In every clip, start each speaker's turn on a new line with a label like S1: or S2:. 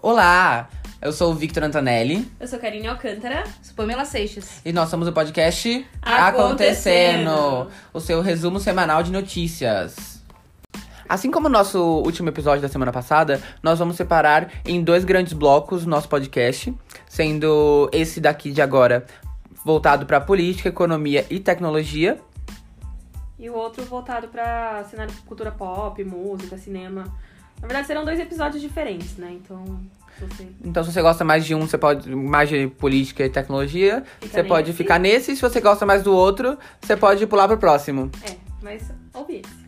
S1: Olá, eu sou o Victor Antonelli
S2: Eu sou Karine Alcântara.
S3: Sou Pamela Seixas.
S1: e nós somos o podcast
S2: Acontecendo.
S1: o seu resumo semanal de notícias. Assim como o nosso último episódio da semana passada, nós vamos separar em dois grandes blocos nosso podcast, sendo esse daqui de agora voltado para política, economia e tecnologia.
S2: E o outro voltado pra cenário de cultura pop, música, cinema. Na verdade, serão dois episódios diferentes, né? Então, se você.
S1: Então, se você gosta mais de um, você pode mais de política e tecnologia,
S2: Fica
S1: você pode
S2: nesse.
S1: ficar nesse. Se você gosta mais do outro, você pode pular pro próximo.
S2: É, mas ouvi esse.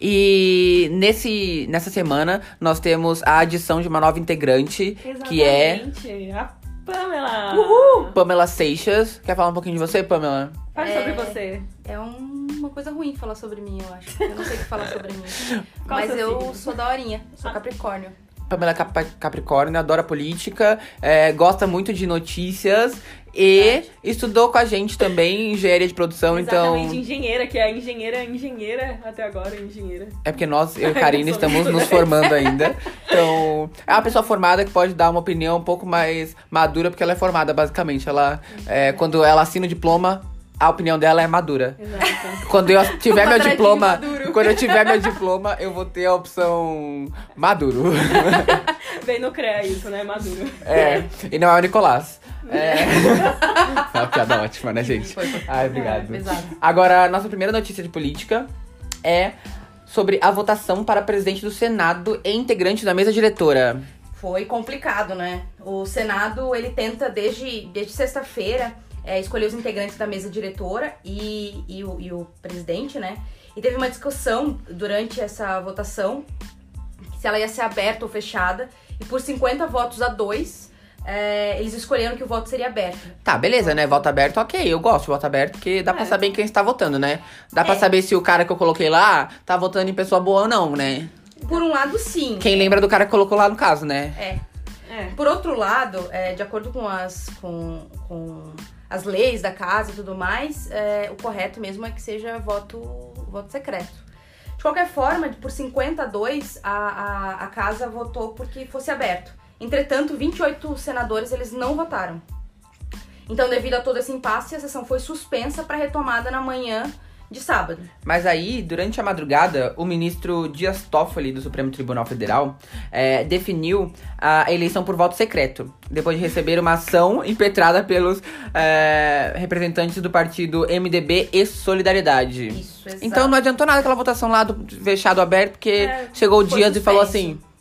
S1: E nesse, nessa semana nós temos a adição de uma nova integrante, que é
S2: Exatamente, A Pamela!
S1: Pamela Seixas. Quer falar um pouquinho de você, Pamela?
S2: Fale
S3: É.
S2: sobre você.
S3: É um- uma coisa ruim falar sobre mim, eu acho. Eu não sei o que falar sobre mim.
S2: Qual
S3: Mas
S2: seu
S3: eu
S2: signo? Ah.
S3: sou daorinha. Sou Capricórnio.
S1: Pamela é capa- Capricórnio, adora política, é, gosta muito de notícias e estudou com a gente também engenharia de produção,
S2: Exatamente,
S1: então
S2: engenheira, que é a engenheira, engenheira, até agora, engenheira.
S1: é porque nós, eu e Karina,
S2: Eu sou
S1: estamos nos
S2: muito
S1: formando ainda. Então, é uma pessoa formada que pode dar uma opinião um pouco mais madura, porque ela é formada, basicamente. Ela, é, quando ela assina o diploma, a opinião dela é madura.
S2: Exato.
S1: Quando eu tiver meu
S3: Um Quadradinho
S1: diploma,
S3: maduro.
S1: quando eu tiver meu diploma, eu vou ter a opção maduro.
S2: Bem no CREA isso, né? Maduro.
S1: É, e não é o Nicolás. É. Foi uma piada ótima, né, gente?
S3: Foi, foi.
S1: Ai, obrigado.
S3: Pesado.
S1: Agora, a nossa primeira notícia de política é sobre a votação para presidente do Senado e integrante da mesa diretora.
S3: Foi complicado, né? O Senado, ele tenta desde, desde sexta-feira é, escolher os integrantes da mesa diretora e, e, o, e o presidente, né? E teve uma discussão durante essa votação se ela ia ser aberta ou fechada. E por 50 votos a 2, eles escolheram que o voto seria aberto.
S1: Tá, beleza, né? Voto aberto, ok. Eu gosto de voto aberto, porque dá pra
S2: É.
S1: saber quem está votando, né? Dá pra
S3: É.
S1: saber se o cara que eu coloquei lá tá votando em pessoa boa ou não, né?
S3: Por um lado, sim.
S1: Quem lembra do cara que colocou lá no caso, né?
S3: É.
S2: É.
S3: Por outro lado, é, de acordo com as, com, com as leis da casa e tudo mais, é, o correto mesmo é que seja voto, voto secreto. De qualquer forma, por 52, a, a, a casa votou porque fosse aberto. Entretanto, 28 senadores eles não votaram. Então, devido a todo esse impasse, a sessão foi suspensa para retomada na manhã de sábado.
S1: Mas aí, durante a madrugada, o ministro Dias Toffoli, do Supremo Tribunal Federal, eh, definiu a eleição por voto secreto, depois de receber uma ação impetrada pelos eh, representantes do partido MDB e Solidariedade.
S3: Isso, exato.
S1: Então não adiantou nada aquela votação lá do fechado aberto, porque
S2: É,
S1: chegou o
S3: foi
S1: Dias e falou assim,
S3: suspenso.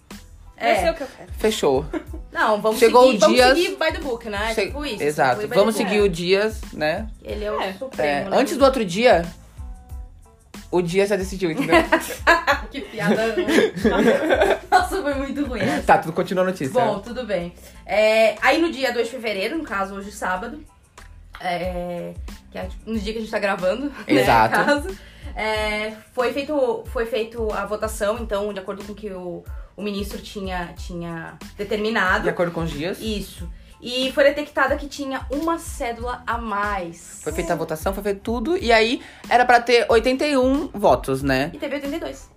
S2: Eu sei
S3: é,
S2: o que eu quero.
S1: fechou.
S3: não, vamos
S1: Chegou
S3: seguir,
S1: o Dias-
S3: vamos seguir by the book, né?
S1: Che-
S3: Tipo isso.
S1: Exato.
S3: foi by the
S1: Vamos
S3: book.
S1: seguir o Dias, né?
S3: Ele é o
S2: É.
S3: supremo.
S1: É,
S3: né?
S1: Antes do outro dia, o Dias já decidiu, entendeu?
S3: Que piada. Nossa, foi muito ruim. essa.
S1: tá, tudo continua a notícia.
S3: Bom, tudo bem. É, aí no dia 2 de fevereiro, no caso hoje sábado, é, que é no dia que a gente tá gravando, né,
S1: Exato.
S3: no caso, é, foi, feito, foi feito a votação, então, de acordo com o que o, o ministro tinha, tinha
S1: de
S3: determinado.
S1: acordo com os dias.
S3: Isso. E foi detectada que tinha uma cédula a mais.
S1: Foi feita a votação, foi feito tudo. E aí era pra ter 81 votos, né?
S3: E teve 82.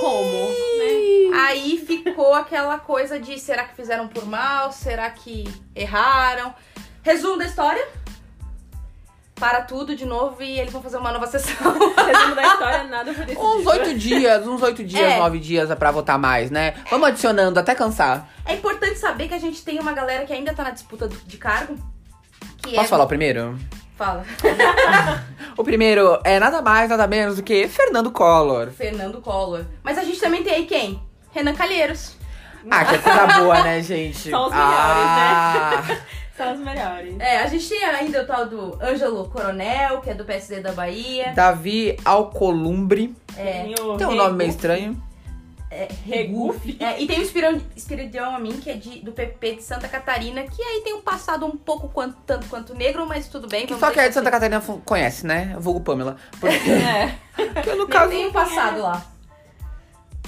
S2: Como? Né?
S3: Aí ficou aquela coisa de será que fizeram por mal? Será que erraram? Resumo da história. Para tudo de novo e eles vão fazer uma nova sessão.
S2: Resumo da história, nada foi decidido.
S1: Uns oito dias, uns oito dias,
S3: É.
S1: nove dias é pra votar mais, né? Vamos adicionando até cansar.
S3: É importante saber que a gente tem uma galera que ainda tá na disputa do- de cargo. Que
S1: Posso
S3: é...
S1: falar o primeiro?
S3: Fala.
S1: O primeiro é nada mais, nada menos do que Fernando Collor.
S3: Fernando Collor. Mas a gente também tem aí quem? Renan Calheiros.
S1: Ah, que coisa boa, né, gente?
S2: Só os melhores,
S1: ah, né?
S2: São os melhores.
S3: É, a gente tem ainda o tal do Ângelo Coronel, que é do PSD da Bahia.
S1: Ah, Davi Alcolumbre.
S3: É,
S1: Tem um nome meio estranho.
S3: é
S2: Regufe.
S3: É, e tem o Espiridão, Espiridão a mim, que é de- do PP de Santa Catarina, que aí tem um passado um pouco quanto- tanto quanto negro, mas tudo bem. assim.
S1: Que só que é de Santa Catarina fu- conhece, né? Vulgo Pamela. Porque,
S2: É.
S1: porque no
S3: Catarina.
S1: caso,
S3: Tem um passado lá.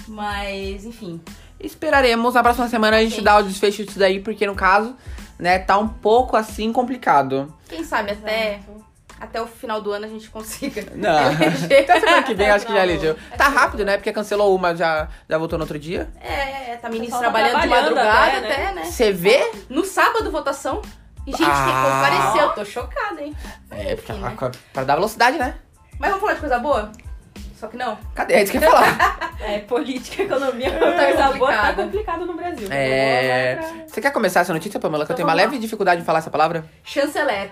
S3: Mas, enfim.
S1: Esperaremos. Na próxima semana a gente
S3: Sim.
S1: dá o desfecho disso daí, porque no caso, né, tá um pouco assim complicado.
S2: é.
S3: Quem sabe até
S2: Exato.
S3: até o final do ano a gente consiga.
S1: Não.
S3: eleger.
S1: Então, Semana que vem acho que já
S2: Não,
S1: elegeu.
S2: acho
S1: Tá
S2: que
S1: rápido,
S2: não.
S1: né? Porque cancelou uma, já, já voltou no outro dia.
S3: É, é, tá ministro
S2: Só tá
S3: trabalhando, de
S2: trabalhando
S3: madrugada até,
S2: até,
S3: né?
S2: né?
S1: Você vê?
S3: No sábado, votação. E, gente,
S1: Ah.
S3: quem compareceu? Tô chocada, hein?
S1: É, porque
S3: Enfim,
S1: ela-
S3: né?
S1: pra dar velocidade, né?
S3: Mas vamos falar de coisa boa? Só que não.
S1: Cadê? É isso que eu ia falar.
S2: É, política, economia,
S3: É,
S2: coisa boa, tá
S3: complicado.
S2: complicado no Brasil.
S1: É.
S2: Vamos lá pra-
S1: Você quer começar essa notícia, Pamela? Que eu
S2: Então
S1: tenho uma
S2: vamos lá.
S1: leve dificuldade em falar essa palavra.
S3: Chanceler.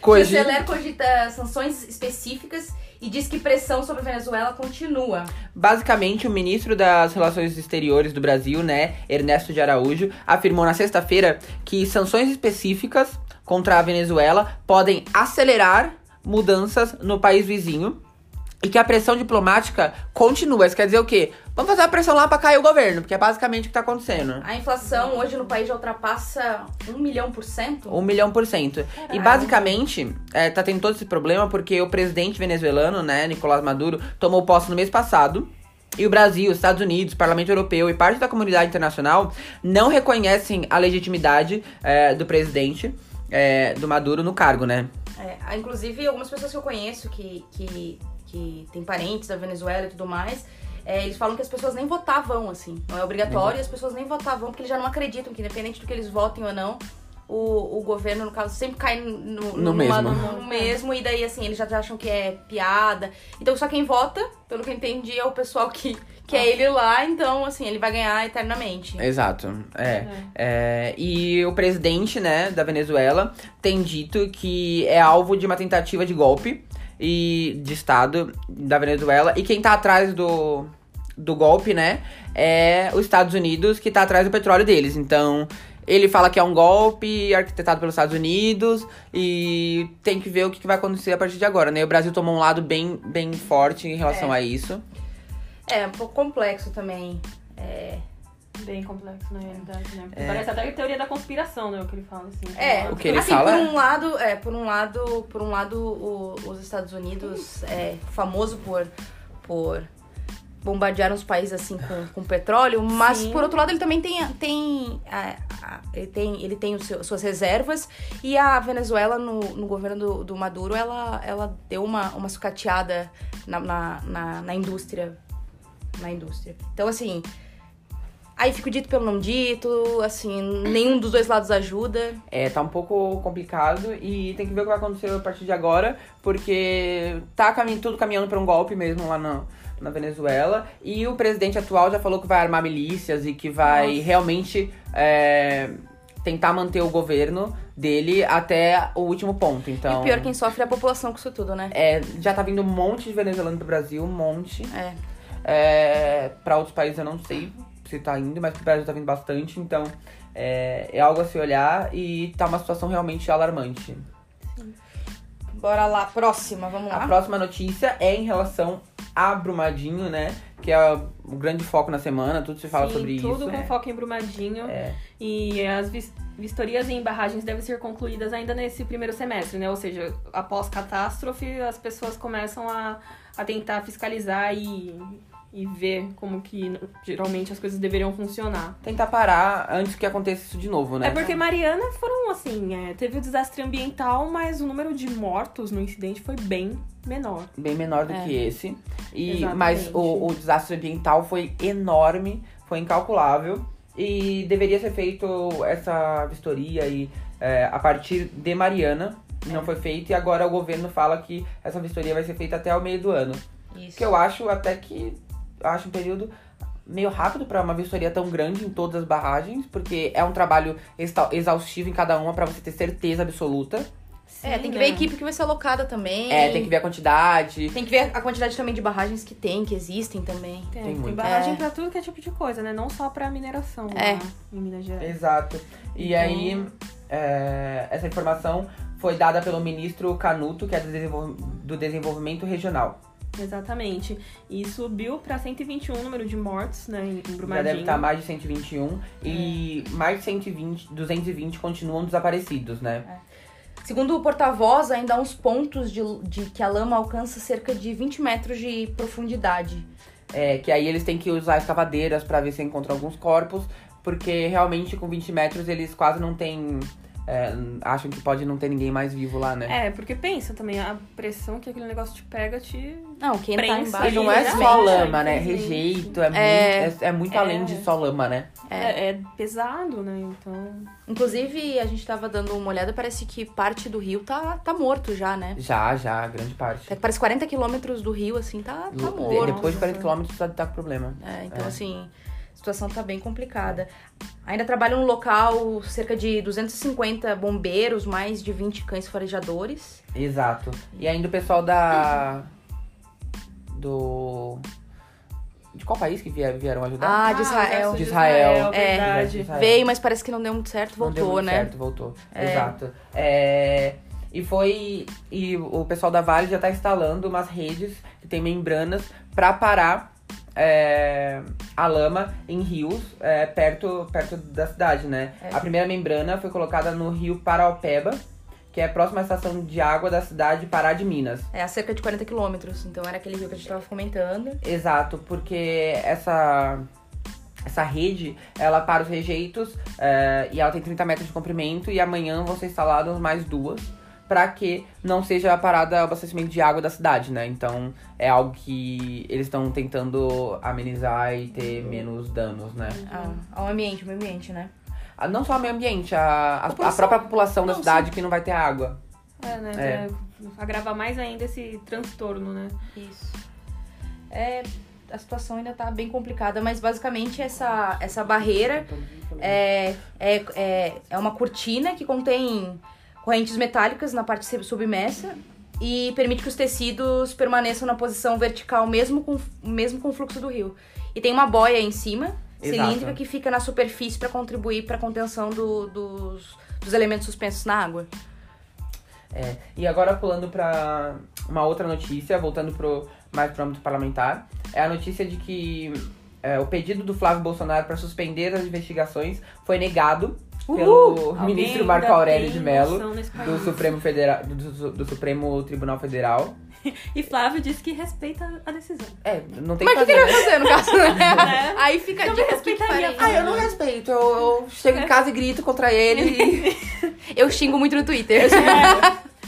S1: Coisa.
S3: Chanceler cogita sanções específicas e diz que pressão sobre a Venezuela continua.
S1: Basicamente, o ministro das Relações Exteriores do Brasil, né, Ernesto de Araújo, afirmou na sexta-feira que sanções específicas contra a Venezuela podem acelerar mudanças no país vizinho e que a pressão diplomática continua. Isso quer dizer o quê? Vamos fazer uma pressão lá pra cair o governo, porque é basicamente o que tá acontecendo.
S3: A inflação hoje no país já ultrapassa 1 milhão por cento.
S1: Um milhão por cento. E
S3: Caralho.
S1: basicamente, é, tá tendo todo esse problema porque o presidente venezuelano, né, Nicolás Maduro, tomou posse no mês passado. E o Brasil, os Estados Unidos, o Parlamento Europeu e parte da comunidade internacional não reconhecem a legitimidade é, do presidente, é, do Maduro, no cargo, né?
S3: É, ah, inclusive, algumas pessoas que eu conheço que, que, que tem parentes da Venezuela e tudo mais, é, eles falam que as pessoas nem votavam, assim. Não é obrigatório, e as pessoas nem votavam, porque eles já não acreditam que, independente do que eles votem ou não, o, o governo, no caso, sempre cai no,
S1: No mesmo.
S3: no mesmo. E daí, assim, eles já acham que é piada. Então, só quem vota, pelo que eu entendi, é o pessoal que, que é ele lá. Então, assim, ele vai ganhar eternamente.
S1: Exato. É.
S2: É.
S1: É, e o presidente, né, da Venezuela tem dito que é alvo de uma tentativa de golpe e de Estado da Venezuela. E quem tá atrás do, do golpe, né, é os Estados Unidos, que tá atrás do petróleo deles. Então, ele fala que é um golpe arquitetado pelos Estados Unidos e tem que ver o que, que vai acontecer a partir de agora, né? O Brasil tomou um lado bem, bem forte em relação a isso.
S3: É, um pouco complexo também. É,
S2: Bem complexo, na realidade, né? Parece até a teoria da conspiração, né? O que ele fala, assim.
S3: É,
S1: É. O que ele
S3: assim,
S1: fala
S3: Por
S1: é-
S3: um lado, é, por um lado, por um lado, o- os Estados Unidos é famoso por por bombardear uns países assim com, com petróleo, mas
S2: Sim.
S3: por outro lado ele também tem tem a- a- ele tem ele tem o seu- suas reservas e a Venezuela no, no governo do, do Maduro ela ela deu uma uma sucateada na, na, na, na indústria na indústria. Então assim Aí fica o dito pelo não dito, assim, nenhum dos dois lados ajuda.
S1: É, tá um pouco complicado e tem que ver o que vai acontecer a partir de agora, porque tá camin- tudo caminhando pra um golpe mesmo lá na, na Venezuela. E o presidente atual já falou que vai armar milícias e que vai realmente é, tentar manter o governo dele até o último ponto. Então,
S3: E pior, quem sofre é a população com isso tudo, né?
S1: é, já tá vindo um monte de venezuelano pro Brasil, um monte.
S3: É.
S1: É, pra outros países eu não sei se tá indo, mas pro Brasil tá vindo bastante, então é, é algo a se olhar e tá uma situação realmente alarmante.
S3: Bora lá, próxima, vamos
S2: Tá.
S1: A
S3: lá.
S1: próxima notícia é em relação a Brumadinho, né? Que é o grande foco na semana, tudo se fala
S2: Sim,
S1: sobre
S2: tudo
S1: isso.
S2: com foco em Brumadinho.
S1: É.
S2: E as vis- vistorias em barragens devem ser concluídas ainda nesse primeiro semestre, né? Ou seja, após catástrofe, as pessoas começam a, a tentar fiscalizar e, e ver como que geralmente as coisas deveriam funcionar.
S1: Tentar parar antes que aconteça isso de novo, né?
S2: É porque Mariana foram assim, é, teve o desastre ambiental, mas o número de mortos no incidente foi bem menor.
S1: Bem menor do
S3: É.
S1: que esse. E,
S2: Exatamente.
S1: mas o, o desastre ambiental foi enorme, foi incalculável. E deveria ser feito essa vistoria e, é, a partir de Mariana. Não foi feito e agora o governo fala que essa vistoria vai ser feita até o meio do ano.
S3: Isso.
S1: Que eu acho até que. Eu acho um período meio rápido pra uma vistoria tão grande em todas as barragens, porque é um trabalho exta- exaustivo em cada uma pra você ter certeza absoluta.
S3: É, tem que
S2: Sim,
S3: ver
S2: né?
S3: a equipe que vai ser alocada também.
S1: É, tem que ver a quantidade.
S3: Tem que ver a quantidade também de barragens que tem, que existem também.
S1: Tem
S2: Tem, tem,
S1: muito.
S2: barragem
S3: É.
S2: pra tudo que é tipo de coisa, né? Não só pra mineração
S3: É.
S2: lá em Minas Gerais.
S1: Exato. E
S2: Então-
S1: aí, é, essa informação foi dada pelo ministro Canuto, que é do, desenvol- do Desenvolvimento Regional.
S2: Exatamente. E subiu pra 121 o número de mortos, né, em em
S1: Já deve
S2: Brumadinho.
S1: estar mais de 121 e
S2: É.
S1: mais de 120, 220 continuam desaparecidos, né?
S2: É.
S3: Segundo o porta-voz, ainda há uns pontos de, de que a lama alcança cerca de 20 metros de profundidade.
S1: É, que aí eles têm que usar escavadeiras pra ver se encontram alguns corpos, porque realmente com 20 metros eles quase não têm é, acham que pode não ter ninguém mais vivo lá, né?
S2: É, porque pensa também, a pressão que aquele negócio te pega te.
S3: Não, quem tá
S2: Prensa
S1: E
S3: embaixo.
S2: ali,
S1: não é
S2: né?
S1: só lama,
S2: Infelizmente.
S1: né? Rejeito, é,
S3: É.
S1: muito, é, é muito
S2: É.
S1: além de só lama, né?
S2: É, é pesado, né? Então.
S3: Inclusive, a gente tava dando uma olhada, parece que parte do rio tá, tá morto já, né?
S1: Já, já, grande parte.
S3: Até que Parece 40 quilômetros do rio, assim, tá, tá
S1: Lu-
S3: morto.
S1: de- depois de 40
S2: nossa,
S1: km tá, tá com problema.
S3: É, então,
S1: É.
S3: assim, a situação tá bem complicada. Ainda trabalham no local cerca de 250 bombeiros, mais de 20 cães farejadores.
S1: Exato. E ainda o pessoal da. Do. De qual país que vie- vieram ajudar?
S3: Ah, de Israel.
S2: o
S1: De Israel.
S3: É.
S2: verdade.
S1: Israel.
S3: Veio, mas parece que não deu muito certo,
S1: Não deu
S3: voltou,
S1: muito
S3: né?
S1: Certo, voltou. Exato. É, E foi. E o pessoal da Vale já tá instalando umas redes que tem membranas pra parar é, a lama em rios é, perto, perto da cidade, né?
S3: É.
S1: A primeira membrana foi colocada no rio Paraopeba, que é a próxima estação de água da cidade de Pará de Minas.
S3: É, a cerca de 40 quilômetros. Então era aquele rio que a gente tava
S1: Hum.
S3: comentando.
S1: Exato, porque essa essa rede, ela para os rejeitos é, e ela tem 30 metros de comprimento e amanhã vão ser instaladas mais duas para que não seja parada o abastecimento de água da cidade, né? Então é algo que eles estão tentando amenizar e ter
S3: Uhum.
S1: menos danos, né?
S3: Ah, ao ambiente, ao meio ambiente, né?
S1: Ah, Não só o meio ambiente, a, a, a
S3: População.
S1: própria população da
S3: Não,
S1: cidade que não vai ter água.
S2: É, né?
S1: É.
S2: pra Agravar mais ainda esse transtorno, né?
S3: Isso. É, a situação ainda tá bem complicada, mas basicamente essa, essa barreira é, é, é, é uma cortina que contém correntes metálicas na parte sub- submersa e permite que os tecidos permaneçam na posição vertical mesmo com, mesmo com o fluxo do rio. E tem uma boia em cima,
S1: Exato.
S3: cilíndrica, que fica na superfície para contribuir para a contenção do- dos, dos elementos suspensos na água.
S1: E agora pulando pra uma outra notícia, voltando pro mais pro âmbito parlamentar, é a notícia de que é, o pedido do Flávio Bolsonaro para suspender as investigações foi negado pelo ministro
S2: Alguém
S1: Marco
S2: ainda
S1: Aurélio
S2: tem
S1: de Mello
S2: noção nesse país.
S1: do Supremo Federal do, do- do Supremo Tribunal Federal.
S2: E Flávio disse que respeita a decisão.
S1: É, não tem
S3: Mas o
S1: fazer,
S3: que, que tá ele
S1: né?
S3: vai fazer, no caso?
S2: Né?
S3: Aí fica a
S2: Eu
S3: dica, o que que
S2: respeitaria,
S3: faria? É.
S1: Ah, eu não respeito. Eu, eu chego em casa e grito contra ele. e-
S3: Eu xingo muito no Twitter.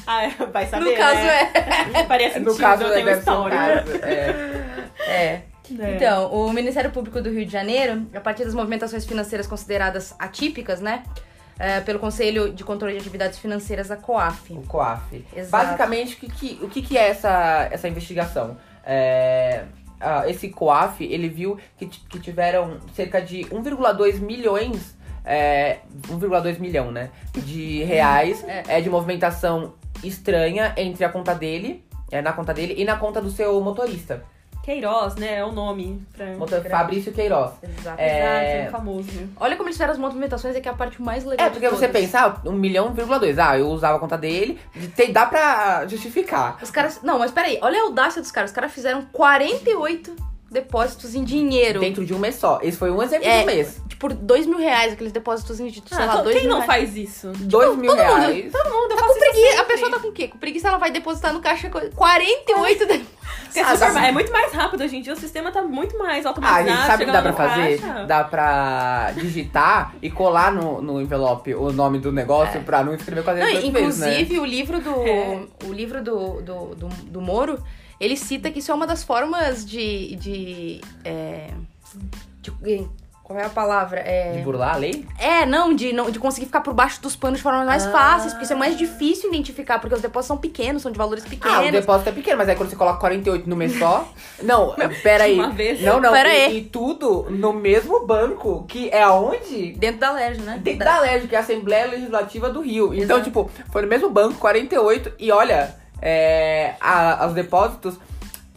S2: Ah, é, vai saber.
S3: no caso
S2: né?
S3: é.
S2: Parece
S1: no
S2: sentido,
S1: caso,
S2: eu
S1: né,
S2: tenho
S1: deve ser um
S2: história.
S1: caso, é.
S3: É.
S2: É.
S3: Então, o Ministério Público do Rio de Janeiro, a partir das movimentações financeiras consideradas atípicas, né? é, pelo Conselho de Controle de Atividades Financeiras, a COAF.
S1: O COAF.
S3: Exato.
S1: Basicamente, o que, que- o que, que é essa, essa investigação? É, ah, esse COAF, ele viu que, ti- que tiveram cerca de 1,2 milhões, é, 1,2 milhão, né? De reais é. de movimentação estranha entre a conta dele, é, na conta dele e na conta do seu motorista,
S2: Queiroz, né? É o nome. Pra...
S1: motor, Fabrício Queiroz.
S3: Exato.
S1: É.
S2: Verdade, famoso.
S3: Olha como eles fizeram as movimentações, é que é a parte mais legal.
S1: É,
S3: de
S1: porque você
S3: todas.
S1: pensa, ah, um milhão, vírgula dois. Ah, eu usava a conta dele, tem, dá pra justificar.
S3: Os caras. Não, mas peraí, olha a audácia dos caras. Os caras fizeram 48 depósitos em dinheiro.
S1: Dentro de um mês só. Esse foi um exemplo
S3: É.
S1: de um mês.
S3: Tipo, 2 mil reais, aqueles depósitos em, sei
S2: Ah,
S3: lá,
S2: to-
S3: 2
S2: quem
S3: mil
S2: não
S3: reais.
S2: faz isso?
S1: Tipo, Dois mil
S3: todo mundo-
S1: reais.
S2: Todo mundo, eu
S3: Tá
S2: faço
S3: com
S2: isso
S3: preguiça. A
S2: sempre.
S3: pessoa tá com o quê? Com preguiça, ela vai depositar no caixa co- 48 depósitos.
S2: Porque é
S1: Ah,
S2: super
S1: dá-
S2: ma- É muito mais rápido hoje em dia, o sistema tá muito mais
S1: Ah,
S2: automatizado.
S1: gente, sabe o que dá pra
S2: chega lá no
S1: fazer?
S2: caixa.
S1: Dá pra digitar e colar no, no envelope o nome do negócio pra não escrever quase
S3: É. Não,
S1: duas vezes,
S3: inclusive,
S1: né?
S3: o livro do. O livro do, do, do, do Moro, ele cita que isso é uma das formas de. de. É, de- qual é a palavra?
S1: De
S3: É,
S1: burlar a lei?
S3: é, não, de, não, de conseguir ficar por baixo dos panos de forma mais
S1: Ah.
S3: fáceis, porque isso é mais difícil identificar, porque os depósitos são pequenos, são de valores
S1: Ah, o
S3: pequenos.
S1: depósito é pequeno, mas aí quando você coloca 48 no mês só. Não, pera aí.
S2: Uma vez.
S1: Não, não.
S3: Pera
S1: e,
S3: aí.
S1: e tudo no mesmo banco, que é aonde?
S3: Dentro da LERJ, né?
S1: Dentro da LERJ, que é a Assembleia Legislativa do Rio. Então,
S3: Exato.
S1: tipo, foi no mesmo banco, 48, e olha, é, a- os depósitos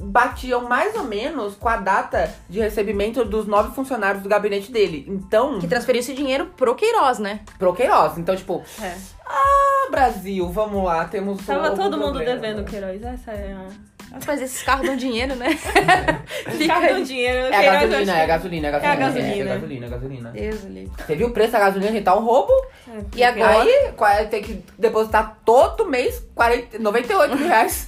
S1: batiam mais ou menos com a data de recebimento dos nove funcionários do gabinete dele. Então,
S3: Que transferiu esse dinheiro pro Queiroz, né?
S1: pro Queiroz. Então, tipo,
S2: É.
S1: ah, Brasil, vamos lá, temos
S2: Tava
S1: algum
S2: todo mundo
S1: problema. né?
S2: devendo Queiroz. Essa é a.
S3: Mas esses carros dão dinheiro, né? Fica
S2: Fica
S3: aí.
S2: com dinheiro.
S1: É a
S2: Queiroz, eu
S1: gasolina, é a
S2: acho-
S1: gasolina, é a gasolina. É
S2: É a gasolina.
S1: a gasolina, é a gasolina.
S3: Deus, livre.
S1: Você viu o preço da gasolina, gente? Tá um roubo.
S2: É,
S3: E agora?
S1: Aí, qua- tem que depositar todo mês 40, 98 mil reais.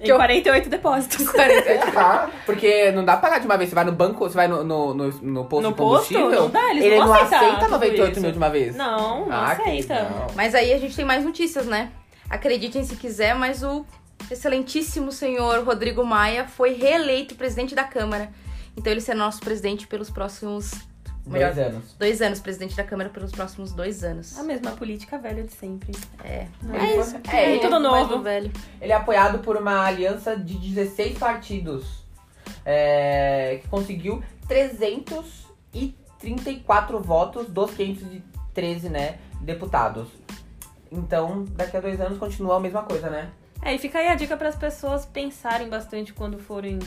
S2: Em 48 depósitos.
S3: 48.
S1: Tá? Porque não dá pra pagar de uma vez. Você vai no banco, você vai no, no, no, no posto
S2: No
S1: de
S2: posto?
S1: combustível.
S2: Não dá, eles
S1: ele
S2: não
S1: não,
S2: aceitam
S1: aceita
S2: tudo
S1: 98
S2: isso.
S1: mil de uma vez.
S2: Não, não
S1: Ah, que
S2: aceita.
S1: legal.
S3: Mas aí a gente tem mais notícias, né? Acreditem se quiser, mas o excelentíssimo senhor Rodrigo Maia foi reeleito presidente da Câmara. Então ele será nosso presidente pelos próximos. Melhor,
S1: Dois anos.
S3: dois anos, presidente da Câmara pelos próximos dois anos.
S2: A mesma política velha de sempre.
S3: É.
S2: Não
S1: É isso.
S2: importa.
S1: É,
S2: É,
S1: ele
S2: tudo
S3: mais do
S2: novo.
S3: velho.
S1: Ele é apoiado por uma aliança de 16 partidos. é, que conseguiu 334 votos dos 513, né, deputados. Então, daqui a dois anos continua a mesma coisa, né?
S2: É, e fica aí a dica para as pessoas pensarem bastante quando forem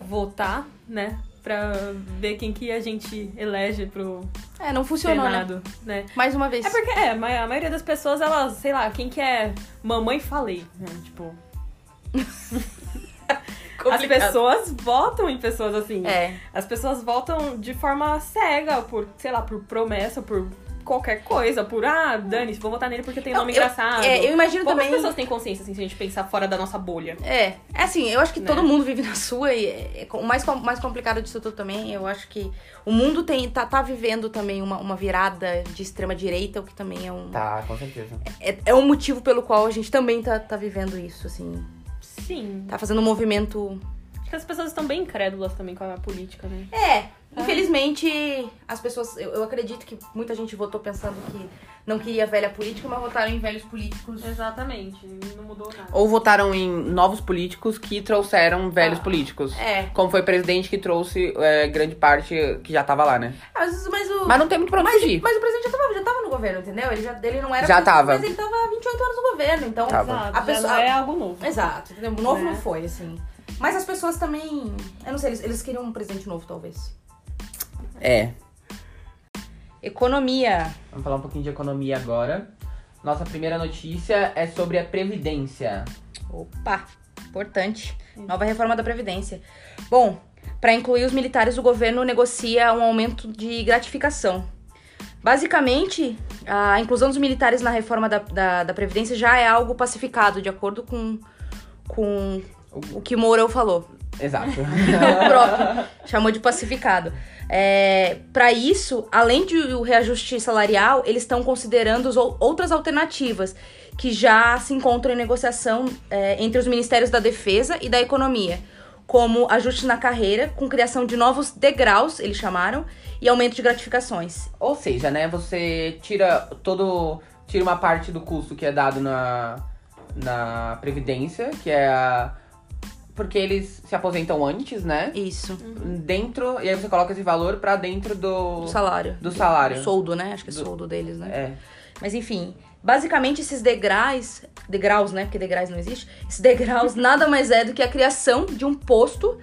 S2: votar, né? Pra ver quem que a gente elege pro
S3: É, não funcionou, né?
S2: Senado, né?
S3: Mais uma vez.
S2: É porque é, ma- a maioria das pessoas, elas, sei lá, quem que é mamãe falei, né? Tipo, as
S3: Complicado.
S2: pessoas votam em pessoas assim.
S3: É.
S2: As pessoas votam de forma cega, por, sei lá, por promessa, por qualquer coisa, por ah, dane-se, vou votar nele porque tem um
S3: Eu-
S2: nome
S3: eu-
S2: engraçado.
S3: é, eu imagino
S2: Poucas
S3: também.
S2: pessoas têm consciência, assim, se a gente pensar fora da nossa bolha.
S3: É, é assim, eu acho que
S2: Né?
S3: todo mundo vive na sua e é- é co- o mais, com- mais complicado disso tudo também, eu acho que o mundo tem, tá, tá vivendo também uma, uma virada de extrema direita, o que também é um,
S1: Tá, com certeza.
S3: é, é um motivo pelo qual a gente também tá, tá vivendo isso, assim.
S2: Sim.
S3: Tá fazendo um movimento...
S2: Acho que as pessoas estão bem incrédulas também com a política, né?
S3: É, infelizmente as pessoas, eu, eu acredito que muita gente votou pensando que não queria velha política, mas votaram em velhos políticos.
S2: Exatamente. Não mudou nada.
S1: Ou votaram em novos políticos que trouxeram velhos
S3: Ah.
S1: políticos.
S3: É,
S1: Como foi o presidente que trouxe é, grande parte que já tava lá, né?
S3: mas, mas o...
S1: Mas não tem muito pra onde
S3: Mas,
S1: fugir.
S3: mas o presidente já tava, já tava no governo, entendeu? Ele, já, ele não era
S1: Já
S3: presidente,
S1: tava.
S3: mas ele tava há 28 anos no governo, então.
S1: Tava.
S2: Exato.
S3: A
S2: A
S3: pessoa-
S2: pessoa... é algo novo.
S3: Exato, entendeu? O novo
S2: Né?
S3: não foi, assim. Mas as pessoas também. Eu não sei, eles, eles queriam um presidente novo, talvez.
S1: É.
S3: Economia.
S1: Vamos falar um pouquinho de economia agora. Nossa primeira notícia é sobre a Previdência.
S3: Opa, importante. Nova reforma da Previdência. Bom, para incluir os militares, o governo negocia um aumento de gratificação. Basicamente, a inclusão dos militares na reforma da, da, da Previdência já é algo pacificado, de acordo com, com o que o Mourão falou.
S1: Exato.
S3: o próprio chamou de pacificado. É, para isso, além de o reajuste salarial, eles estão considerando os ou- outras alternativas que já se encontram em negociação é, entre os ministérios da Defesa e da Economia, como ajuste na carreira, com criação de novos degraus, eles chamaram, e aumento de gratificações.
S1: Ou seja, né, você tira todo. Tira uma parte do custo que é dado na, na Previdência, que é a. Porque eles se aposentam antes, né?
S3: Isso,
S1: Dentro. E aí você coloca esse valor pra dentro do.
S3: Uhum. do salário.
S1: Do salário.
S3: Soldo, né? Acho que é
S1: Do-
S3: soldo deles, né?
S1: É.
S3: Mas enfim, basicamente esses degraus, degraus, né? Porque degraus não existe. Esses degraus nada mais é do que a criação de um posto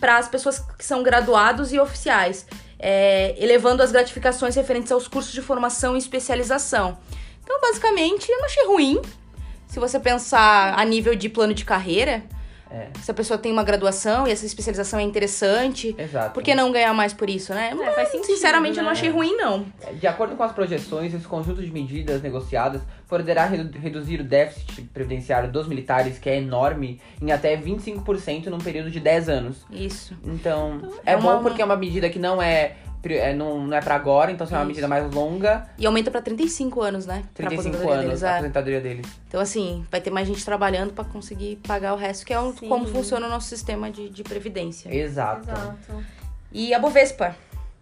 S3: para as pessoas que são graduados e oficiais, é, elevando as gratificações referentes aos cursos de formação e especialização. Então, basicamente, eu não achei ruim. Se você pensar a nível de plano de carreira,
S1: É.
S3: se a pessoa tem uma graduação e essa especialização é interessante,
S1: Exato.
S3: por que não ganhar mais por isso, né?
S2: É, faz sentido,
S3: Sinceramente, eu não
S2: né?
S3: achei ruim, não.
S1: De acordo com as projeções, esse conjunto de medidas negociadas poderá redu- reduzir o déficit previdenciário dos militares, que é enorme, em até 25% num período de 10 anos.
S3: Isso.
S1: Então, é,
S3: É uma-
S1: bom porque é uma medida que não é, pri- é, não, não é para agora, então se é uma
S3: Isso.
S1: medida mais longa,
S3: E aumenta pra 35 anos, né? Pra
S1: 35
S3: aposentadoria
S1: anos
S3: deles,
S1: a
S3: é.
S1: aposentadoria deles.
S3: Então, assim, vai ter mais gente trabalhando pra conseguir pagar o resto, que é um,
S2: Sim.
S3: como funciona o nosso sistema de, de previdência.
S1: Exato.
S2: Exato.
S3: E a Bovespa.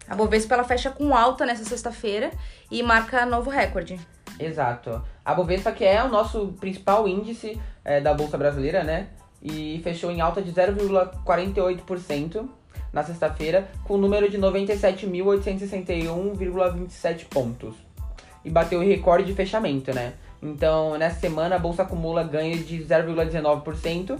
S3: A Bovespa ela fecha com alta nessa sexta-feira e marca novo recorde.
S1: Exato. A Bovespa, que é o nosso principal índice é, da Bolsa Brasileira, né? E fechou em alta de 0,48% na sexta-feira, com o número de 97.861,27 pontos. E bateu o recorde de fechamento, né? Então, nessa semana, a Bolsa acumula ganho de 0,19%.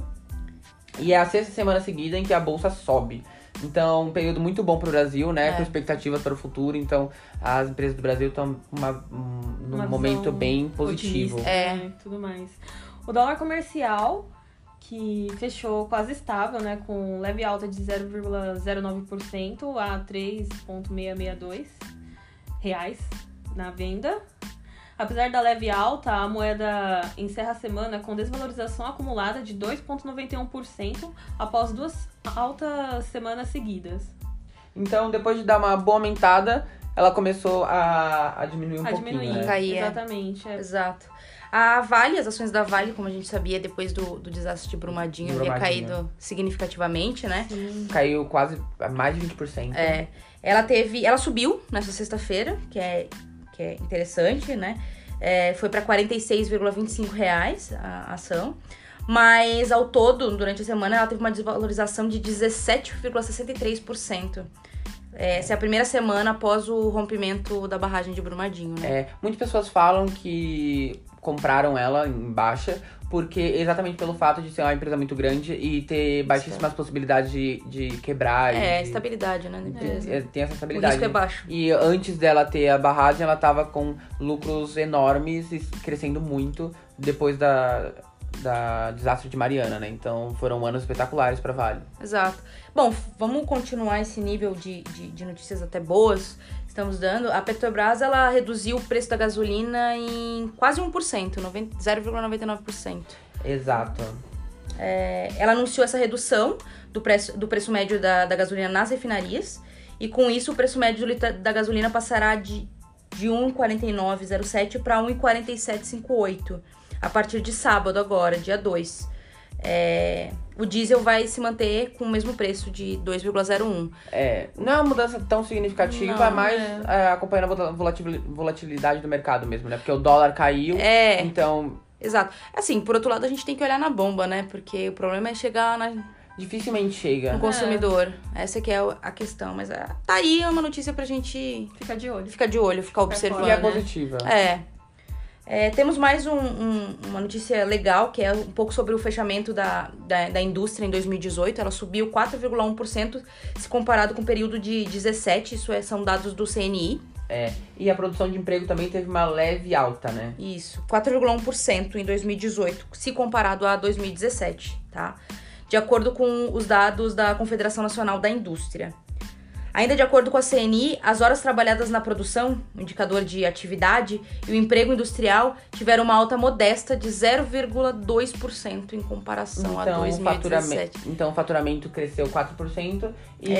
S1: E é a sexta semana seguida em que a Bolsa sobe. Então, um período muito bom pro Brasil, né?
S3: É.
S1: Com expectativas para o futuro. Então, as empresas do Brasil estão uma, um, num
S2: Uma
S1: momento
S2: visão
S1: bem positivo.
S2: otimista,
S3: É.
S2: né, e tudo mais. O dólar comercial, que fechou quase estável, né? Com leve alta de 0,09% a 3,662 reais na venda. Apesar da leve alta, a moeda encerra a semana com desvalorização acumulada de 2,91% após duas altas semanas seguidas.
S1: Então, depois de dar uma boa aumentada, ela começou a, a diminuir um
S2: a
S1: pouquinho.
S2: diminuir.
S1: né?
S3: Cair, é.
S2: Tá Exatamente. é.
S3: Exato. A Vale, as ações da Vale, como a gente sabia, depois do, do desastre de Brumadinho, havia
S1: Brumadinho.
S3: caído significativamente, né?
S2: Sim.
S1: Caiu quase a mais de 20%.
S3: É, ela teve. Ela subiu nessa sexta-feira, que é, que é interessante, né? É, foi para 46,25 reais a ação. Mas ao todo, durante a semana, ela teve uma desvalorização de 17,63%. É, Essa é a primeira semana após o rompimento da barragem de Brumadinho, né?
S1: É, muitas pessoas falam que compraram ela em baixa porque exatamente pelo fato de ser uma empresa muito grande e ter baixíssimas possibilidades de, de quebrar. e
S3: É,
S1: de-
S3: estabilidade, né? da empresa.
S1: de- é, Tem essa
S3: O
S1: estabilidade.
S3: risco é baixo.
S1: E antes dela ter a barragem, ela tava com lucros enormes e crescendo muito depois da, da desastre de Mariana, né? Então foram anos espetaculares pra Vale.
S3: Exato. Bom, f- vamos continuar esse nível de, de, de notícias até boas que estamos dando. A Petrobras, ela reduziu o preço da gasolina em quase 1%, 90 0,99%.
S1: Exato.
S3: É, Ela anunciou essa redução do preço, do preço médio da, da gasolina nas refinarias. E com isso, o preço médio do litra- da gasolina passará de, de 1,4907 para 1,4758 a partir de sábado, agora, dia 2. É, o diesel vai se manter com o mesmo preço de 2,01.
S1: É, não é uma mudança tão significativa,
S2: Não,
S1: mas
S2: é.
S1: é, acompanhando a volatil- volatilidade do mercado mesmo, né? Porque o dólar caiu,
S3: É,
S1: então
S3: exato. Assim, por outro lado, a gente tem que olhar na bomba, né? Porque o problema é chegar na-
S1: dificilmente
S3: no
S1: chega.
S3: consumidor. Essa que é o- a questão. Mas é, tá aí uma notícia pra gente
S2: Fica de olho.
S3: ficar de olho, ficar
S1: E é
S3: observando. né?
S1: positiva.
S3: É. É, temos mais um- um- uma notícia legal, que é um pouco sobre o fechamento da, da, da indústria em 2018. Ela subiu 4,1% se comparado com o período de 17, isso é, são dados do CNI.
S1: E a produção de emprego também teve uma leve alta, né?
S3: Isso, 4,1% em 2018, se comparado a 2017, tá? De acordo com os dados da Confederação Nacional da Indústria. Ainda de acordo com a CNI, as horas trabalhadas na produção, um indicador de atividade, e o emprego industrial tiveram uma alta modesta de 0,2% em comparação a
S1: então, o
S3: 2017.
S1: faturamento, então o faturamento cresceu 4% e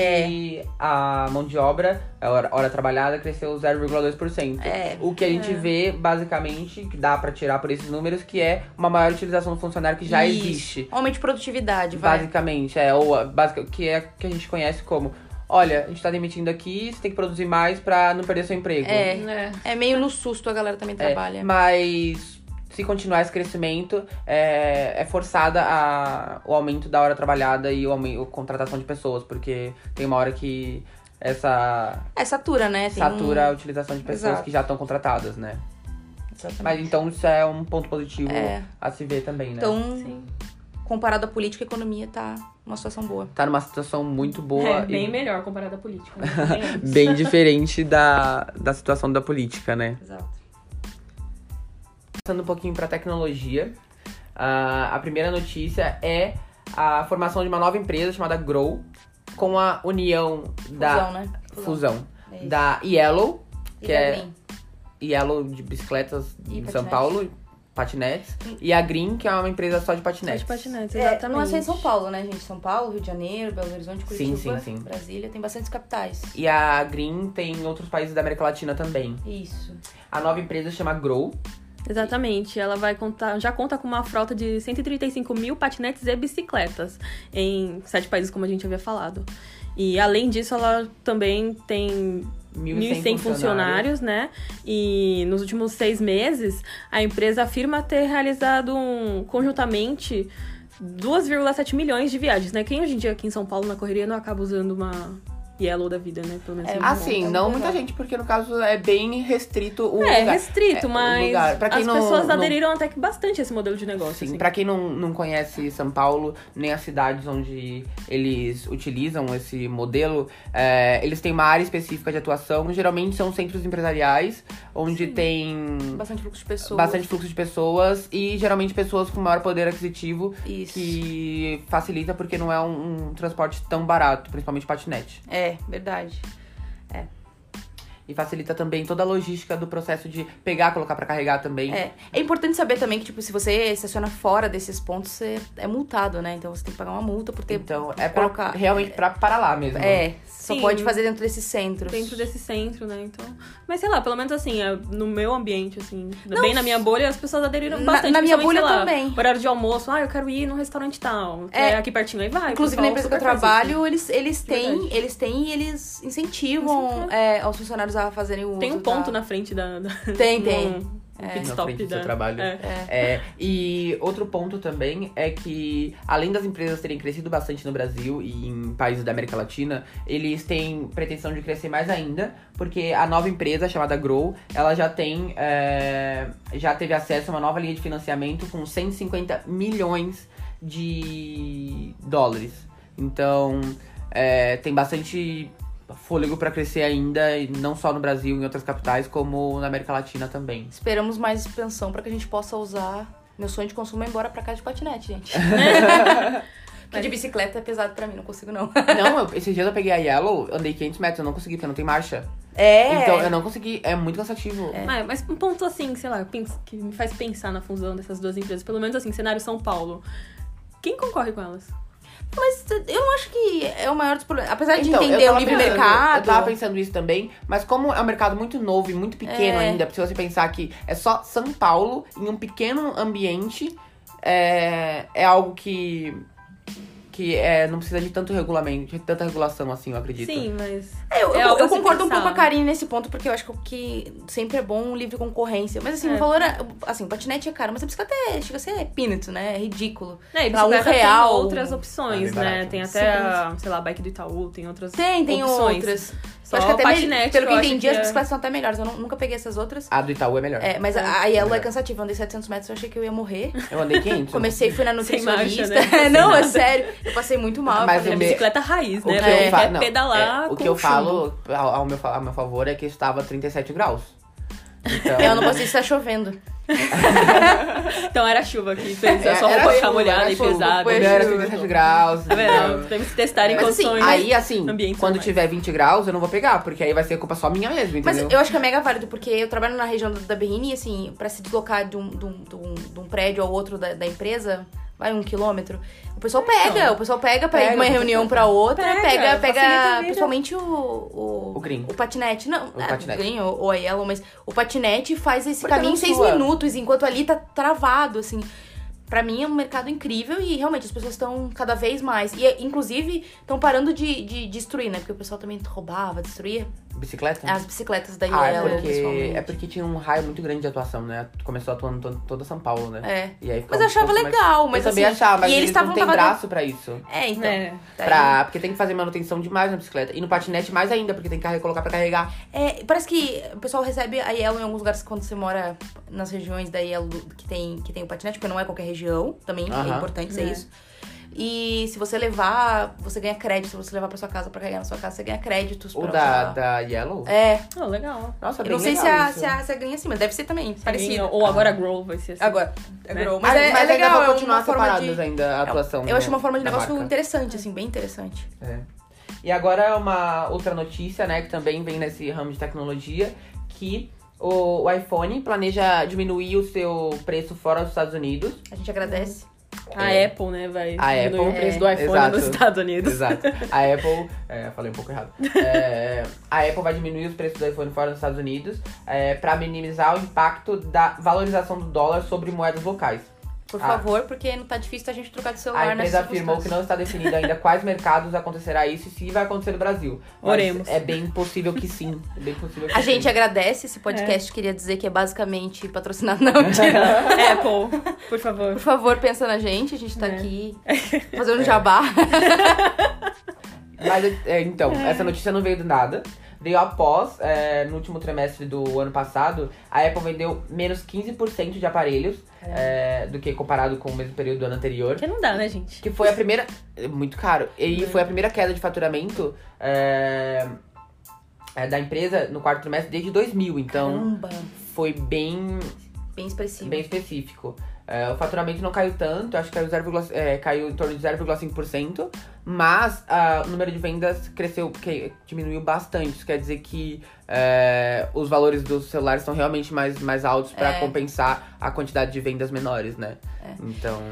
S3: É.
S1: a mão de obra, a hora, hora trabalhada, cresceu 0,2%.
S3: É,
S1: O que a gente vê, basicamente, que dá pra tirar por esses números, que é uma maior utilização do funcionário que já
S3: isso.
S1: existe.
S3: Aumento de produtividade, vai.
S1: Basicamente, é, ou a- basica, que é que a gente conhece como. Olha, a gente tá demitindo aqui, você tem que produzir mais pra não perder seu emprego.
S3: É.
S2: É.
S3: É meio no susto, a galera também
S1: É,
S3: trabalha.
S1: Mas se continuar esse crescimento, é, é forçada a, o aumento da hora trabalhada e o aumento, a contratação de pessoas, porque tem uma hora que essa
S3: É, satura, né? Tem um-
S1: satura a utilização de pessoas
S3: Exato.
S1: que já estão contratadas, né?
S3: Exatamente.
S1: Mas então isso é um ponto positivo
S3: É.
S1: a se ver também, né?
S3: Então,
S2: Sim.
S3: comparado à política, a economia tá numa situação boa.
S1: Tá numa situação muito boa
S2: É
S1: e
S2: bem melhor comparado à política. né? Bem antes.
S1: bem diferente da, da situação da política, né?
S3: Exato.
S1: Passando um pouquinho para tecnologia, ah, a primeira notícia é a formação de uma nova empresa chamada Grow com a união da
S3: Fusão, né?
S1: fusão
S3: É isso.
S1: da Yellow,
S3: E
S1: que
S3: da
S1: é-
S3: Green.
S1: Yellow de bicicletas
S3: E
S1: em São
S3: patinetes.
S1: Paulo, patinetes, e a Green, que é uma empresa só de patinetes.
S2: Só de patinetes,
S3: É, não é
S2: exatamente.
S3: só em São Paulo, né, gente? São Paulo, Rio de Janeiro, Belo Horizonte,
S1: sim,
S3: Curitiba,
S1: sim.
S3: Brasília, tem bastantes capitais.
S1: E a Green tem em outros países da América Latina também.
S3: Isso.
S1: A nova empresa chama Grow,
S2: Exatamente, ela vai contar, já conta com uma frota de 135 mil patinetes e bicicletas em sete países, como a gente havia falado. E além disso, ela também tem
S1: é
S2: 1.100 funcionários, né? E nos últimos seis meses, a empresa afirma ter realizado um- conjuntamente 2,7 milhões de viagens, né? Quem hoje em dia aqui em São Paulo, na correria, não acaba usando uma Yellow da vida, né? Pelo menos.
S3: É,
S2: não.
S1: Assim,
S3: Muito
S1: não
S3: bom.
S1: muita gente, porque no caso é bem restrito o
S2: É,
S1: lugar.
S2: restrito,
S1: É, o
S2: mas
S1: lugar. Pra quem
S2: as
S1: não-
S2: pessoas
S1: não-
S2: aderiram até que bastante a esse modelo de negócio.
S1: Sim,
S2: assim.
S1: pra quem não, não conhece São Paulo, nem as cidades onde eles utilizam esse modelo, é, eles têm uma área específica de atuação. Geralmente são centros empresariais, onde tem
S3: Bastante fluxo de pessoas.
S1: Hum. bastante fluxo de pessoas e geralmente pessoas com maior poder aquisitivo,
S3: Isso.
S1: que facilita porque não é um, um transporte tão barato, principalmente patinete.
S3: É, verdade.
S1: E facilita também toda a logística do processo de pegar, colocar pra carregar também.
S3: É. É importante saber também que, tipo, se você estaciona fora desses pontos, você é multado, né? Então você tem que pagar uma multa por ter.
S1: Então, é pra,
S3: colocar-
S1: realmente pra parar lá mesmo.
S3: É, só
S2: Sim.
S3: pode fazer dentro desses centros.
S2: Dentro desse centro, né? Então. Mas sei lá, pelo menos assim, é, no meu ambiente, assim, bem na minha bolha, as pessoas aderiram
S3: Na-
S2: bastante.
S3: na minha
S2: principalmente,
S3: bolha
S2: sei lá,
S3: também.
S2: Horário de almoço, ah, eu quero ir num restaurante tal. que
S3: É.
S2: É, aqui pertinho, aí vai.
S3: Inclusive,
S2: pessoal
S3: na empresa que eu
S2: super faz isso. né?
S3: trabalho, eles, eles têm,
S2: Verdade.
S3: eles têm e eles incentivam
S2: Incentiva.
S3: é, aos funcionários a fazerem o uso.
S2: Tem um ponto
S3: da...
S2: na frente da. da
S3: Tem, tem.
S2: no-
S3: É.
S2: pit
S1: Na
S2: stop
S1: frente do
S2: da-
S1: seu trabalho.
S2: é.
S3: É.
S1: É, e outro ponto também é que, além das empresas terem crescido bastante no Brasil e em países da América Latina, eles têm pretensão de crescer mais ainda, porque a nova empresa, chamada Grow, ela já tem. é, já teve acesso a uma nova linha de financiamento com 150 milhões de dólares. Então, é, tem bastante fôlego para crescer ainda, e não só no Brasil, em outras capitais, como na América Latina também.
S3: Esperamos mais expansão pra que a gente possa usar. Meu sonho de consumo é ir embora pra casa de patinete, gente. Porque de bicicleta é pesado pra mim, não consigo não.
S2: Então,
S1: Não, eu- esses dias eu peguei a Yellow, andei 500 metros, eu não consegui, porque não tem marcha.
S3: É.
S1: Então eu não consegui, é muito cansativo.
S2: Ah, mas um ponto assim, sei lá, pens- que me faz pensar na fusão dessas duas empresas, pelo menos assim, cenário São Paulo. Quem concorre com elas?
S3: Mas eu não acho que é o maior dos problemas. Apesar de
S1: Então, eu
S3: entender o
S1: tava
S3: livre
S1: pensando-
S3: mercado.
S1: Eu tava pensando isso também, mas como é um mercado muito novo e muito pequeno
S3: É.
S1: ainda, se você pensar que é só São Paulo, em um pequeno ambiente, é, é algo que. que é, não precisa de tanto regulamento, de tanta regulação assim, eu acredito.
S2: Sim, mas.
S3: É, eu,
S2: É
S3: eu-
S2: algo
S3: eu
S2: a se
S3: concordo um
S2: pensar.
S3: pouco com a Karine nesse ponto, porque eu acho que sempre é bom livre concorrência. Mas assim,
S2: É.
S3: o valor. é- Assim, o patinete é caro, mas a bicicleta é, chega a ser peanut, né? É ridículo.
S2: Né, e
S3: Pra um
S2: bicicleta
S3: real-
S2: tem outras opções,
S1: É bem
S2: né?
S1: barato.
S2: Tem até, a, sei lá, a bike do Itaú, tem outras.
S3: Tem, tem
S2: opções.
S3: outras.
S2: Só
S3: eu acho que até me-
S2: patinete,
S3: Pelo que
S2: eu
S3: eu
S2: acho
S3: entendi,
S2: que
S3: as
S2: é-
S3: bicicletas são até melhores. Eu nu- nunca peguei essas outras.
S1: A do Itaú é melhor.
S3: É, mas a, a Yellow é cansativa, eu andei 700 metros, eu achei que eu ia morrer.
S1: Eu andei 500.
S3: Comecei, fui na
S2: Sem marcha,
S3: nutricionista.
S2: né?
S3: não, é
S2: Sem nada.
S3: sério. Eu passei muito mal. eu
S1: Mas
S2: É
S3: falei,
S1: o
S2: a
S1: me-
S2: bicicleta raiz,
S1: O
S2: né?
S1: que eu
S2: é,
S1: falo, não,
S2: pedalar
S1: é, o
S2: com
S1: que eu
S2: chumbo.
S1: falo ao, ao meu, fa- a meu favor é que estava 37 graus. Então,
S3: Eu não gostei de estar chovendo.
S2: Então era a chuva que fez a
S1: É,
S2: sua
S1: era
S2: roupa ficar
S1: chuva,
S2: molhada
S1: era
S2: e
S1: chuva,
S2: pesada.
S1: O
S3: foi
S1: meu
S2: Tá
S1: era
S3: chuva.
S1: 37 graus.
S3: É
S1: entendeu?
S2: vendo? Temos que testar em
S3: Mas, assim,
S2: condições.
S1: Aí, assim,
S2: ambientes
S1: quando
S2: normais.
S1: tiver 20 graus, eu não vou pegar, porque aí vai ser culpa só minha mesmo,
S3: Mas
S1: entendeu?
S3: eu acho que é mega válido, porque eu trabalho na região da- da Berrini, e assim, pra se deslocar de um, de um, de um- de um prédio ao outro da, da empresa, vai um quilômetro, o pessoal pega, o pessoal pega pra ir
S1: Então. Pega,
S3: de uma
S1: com
S3: reunião pra outra,
S2: Pega,
S3: pega, pega,
S2: facilita a vida.
S3: principalmente o... O,
S1: O green.
S3: patinete, não,
S1: O
S3: é,
S1: patinete.
S3: green ou, ou a yellow, mas o patinete faz esse
S1: Porque
S3: caminho em
S1: não
S3: seis
S1: sua.
S3: minutos, enquanto ali tá travado, assim... Pra mim é um mercado incrível e realmente as pessoas estão cada vez mais. E inclusive estão parando de, de destruir, né? Porque o pessoal também roubava, destruía.
S1: Bicicleta?
S3: As bicicletas da
S1: ah, é
S3: Yellow,
S1: porque,
S3: principalmente.
S1: é porque tinha um raio muito grande de atuação, né? Começou atuando to- toda São Paulo, né?
S3: É.
S1: E aí ficou
S3: Mas eu
S1: um
S3: achava
S1: pouco mais-
S3: legal, mas
S1: eu
S3: assim...
S1: também achava, mas
S3: e
S1: eles, não
S3: estavam...
S1: têm
S3: tava-
S1: braço pra isso.
S3: É, então.
S2: É.
S3: Daí-
S1: Pra, porque tem que fazer manutenção demais na bicicleta. E no patinete mais ainda, porque tem que carre- colocar pra carregar.
S3: É, parece que o pessoal recebe a Yellow em alguns lugares quando você mora nas regiões da Yellow que tem, que tem o patinete, porque não é qualquer região também, é
S1: Aham.
S3: importante
S2: É.
S3: ser isso. E se você levar, você ganha crédito. Se você levar pra sua casa, pra carregar na sua casa, você ganha créditos.
S1: O
S3: pra
S1: da,
S3: usar.
S1: da Yellow.
S3: É.
S2: Oh, legal.
S1: Nossa,
S3: Eu
S1: bem
S3: não sei se
S1: legal
S3: a,
S1: isso.
S3: se, a, se a grinha é assim, mas deve ser também,
S2: Sim,
S3: parecido.
S2: Ou agora Grow vai ser assim.
S3: Agora, é
S2: Né?
S3: grow,
S1: Mas,
S3: mas é, é
S1: mas
S3: legal,
S1: ainda
S3: é
S1: vão
S3: uma
S1: continuar
S3: forma de- É,
S1: separadas ainda a atuação.
S3: Eu acho uma forma de
S1: da
S3: negócio
S1: marca.
S3: interessante, assim, bem interessante.
S1: É. E agora é uma outra notícia, né, que também vem nesse ramo de tecnologia, que o, o iPhone planeja diminuir o seu preço fora dos Estados Unidos.
S3: A gente agradece. Ah,
S2: A
S1: É.
S2: Apple, né, vai
S1: A
S2: diminuir
S1: Apple.
S2: o preço do
S1: É.
S2: iPhone
S1: Exato.
S2: nos Estados Unidos.
S1: Exato. A Apple. É, falei um pouco errado. É, a Apple vai diminuir os preços do iPhone fora dos Estados Unidos é, para minimizar o impacto da valorização do dólar sobre moedas locais.
S3: Por
S1: Ah.
S3: favor, porque não tá difícil a gente trocar de celular
S1: A empresa
S3: nessas
S1: afirmou que
S3: circunstâncias.
S1: não está definido ainda quais mercados acontecerá isso e se vai acontecer no Brasil. Mas
S2: Oremos.
S1: É bem possível que sim. É bem possível que
S3: A gente
S1: sim.
S3: agradece esse podcast, queria dizer que é basicamente patrocinado. Não, mentira.
S2: Apple, por
S3: Por
S2: favor.
S3: favor, pensa na gente, a gente tá
S2: É.
S3: aqui fazendo
S1: É.
S3: jabá.
S1: Mas, é, então, essa notícia não veio do nada. Veio após, é, no último trimestre do ano passado, a Apple vendeu menos 15% de aparelhos é, do que comparado com o mesmo período do ano anterior.
S2: Porque não dá, né, gente?
S1: Que foi a primeira. é Muito caro. E foi a primeira queda de faturamento é, é, da empresa no quarto trimestre desde 2000. Então,
S3: Caramba,
S1: foi bem
S3: bem expressivo.
S1: bem específico. É, o faturamento não caiu tanto, acho que caiu, 0, é, caiu em torno de 0,5%, mas ah, o número de vendas cresceu, que, diminuiu bastante. Isso quer dizer que é, os valores dos celulares são realmente mais, mais altos para
S3: É.
S1: compensar a quantidade de vendas menores, né? Então.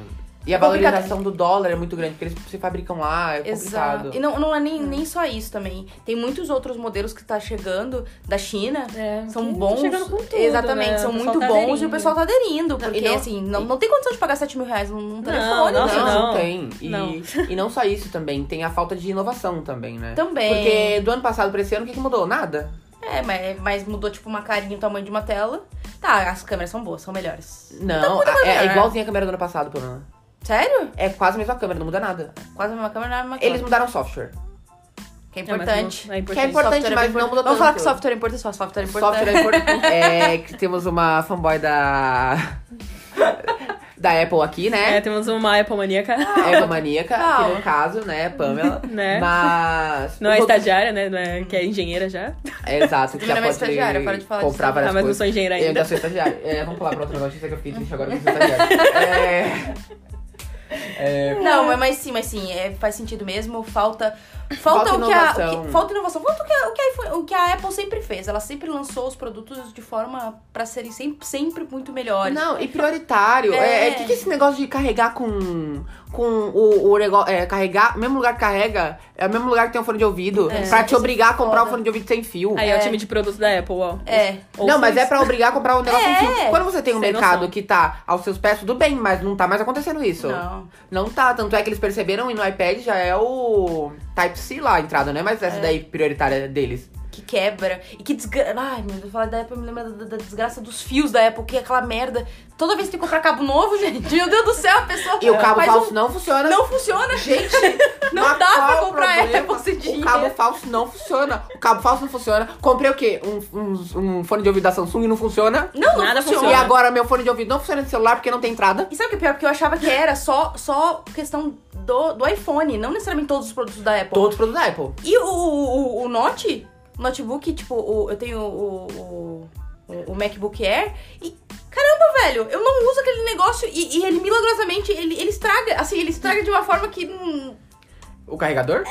S1: E a
S3: É complicado.
S1: valorização do dólar é muito grande, porque eles se fabricam lá, é complicado.
S3: E não, não é nem, nem só isso também. Tem muitos outros modelos que tá chegando da China.
S2: É,
S3: São
S2: que
S3: bons.
S2: tá chegando com tudo,
S3: Exatamente,
S2: né? O
S3: são
S2: pessoal
S3: muito
S2: tá
S3: bons e
S2: aderindo.
S3: o pessoal tá aderindo. Porque,
S1: não-
S3: assim, não, não tem condição de pagar 7 mil reais num, num telefone,
S1: Não,
S3: né?
S2: nossa,
S3: não.
S1: não,
S2: não.
S1: tem. E
S2: Não.
S1: e não só isso também, tem a falta de inovação também, né?
S3: Também.
S1: Porque do ano passado pra esse ano, o que, que mudou? Nada.
S3: É, mas, mas mudou, tipo, uma carinha, o tamanho de uma tela. Tá, as câmeras são boas, são melhores.
S1: Não, a- é, é
S3: melhor.
S1: igualzinha a câmera do ano passado, Pamela.
S3: Sério?
S1: É quase a mesma câmera, não muda nada.
S3: Quase a mesma câmera, não é a mesma
S1: Eles
S3: câmera.
S1: mudaram o software.
S3: Que é
S2: É, mas
S3: importante.
S2: não- É
S1: Que é
S2: importante.
S1: importante,
S3: Software é
S1: mas
S3: importante.
S1: não muda
S3: Vamos
S1: tanto.
S3: falar que software é importante, só software é importante.
S1: Software é importante. é que temos uma fanboy da. da Apple aqui,
S2: É,
S3: tá
S1: né?
S2: temos uma Apple maníaca,
S1: Apple maníaca, que
S3: Calma.
S1: no caso, né, Pamela.
S2: né?
S1: Mas.
S2: Não é
S1: o- é,
S2: estagiária, né? Não é,
S3: Hum.
S2: que é engenheira já.
S1: Exato, que já
S3: Primeira vez
S1: pode
S3: estagiária, para de falar
S1: comprar
S3: disso.
S1: várias
S2: Ah, mas não
S1: coisas.
S2: sou engenheira
S1: Eu ainda
S2: ainda.
S1: sou estagiária. É, vamos falar pra outra notícia que eu fiquei triste agora que eu sou estagiária. É... É...
S3: Não, mas, mas sim, mas sim, é, faz sentido mesmo. Falta. Falta,
S1: Falta
S3: o, que a, o
S1: inovação.
S3: que- Falta inovação. Falta o que, a- o, que a iPhone- o que a Apple sempre fez. Ela sempre lançou os produtos de forma pra serem sempre, sempre muito melhores.
S1: Não, e prioritário. É,
S3: É.
S1: é, que, que esse negócio de carregar com. Com o, o negócio. É, carregar. O mesmo lugar que carrega é o mesmo lugar que tem um fone de ouvido.
S3: É.
S1: Pra te obrigar a comprar
S3: Foda.
S1: um fone de ouvido sem fio.
S2: Aí é o time de produto da Apple, ó.
S3: É.
S1: Não, mas é pra obrigar a comprar um negócio
S3: É.
S1: sem fio. Quando você tem um
S2: Sem
S1: mercado
S2: noção.
S1: que tá aos seus pés, tudo bem, mas não tá mais acontecendo isso.
S3: Não.
S1: Não tá, tanto é que eles perceberam e no iPad já é o Type-C lá a entrada, não é mais essa daí prioritária é deles.
S3: Que quebra. E que desgraça. Ai, meu Deus, falar da Apple me lembra da, da desgraça dos fios da Apple, que é aquela merda. Toda vez que tem que comprar cabo novo, gente. Meu Deus do céu, a pessoa.
S1: E o cabo
S3: faz
S1: falso
S3: um-
S1: não funciona.
S3: Não funciona, gente. Não
S1: Mas
S3: dá pra
S1: qual é o
S3: comprar
S1: problema?
S3: Apple sem dinheiro.
S1: O cabo falso não funciona. O cabo falso não funciona. Comprei o quê? Um, um- um fone de ouvido da Samsung e não funciona.
S3: Não, não
S2: Nada
S3: funciona.
S2: funciona.
S1: E agora meu fone de ouvido não funciona no celular porque não tem entrada.
S3: E sabe o que é pior? Porque eu achava que era só, só questão do, do iPhone, não necessariamente todos os produtos da Apple.
S1: Todos os produtos da Apple.
S3: E o, o, o Note, o notebook, tipo, o- eu tenho o, o, o- o MacBook Air e... Caramba, velho, eu não uso aquele negócio e, e ele milagrosamente, ele, ele estraga, assim, ele estraga de uma forma que hum,
S1: O carregador?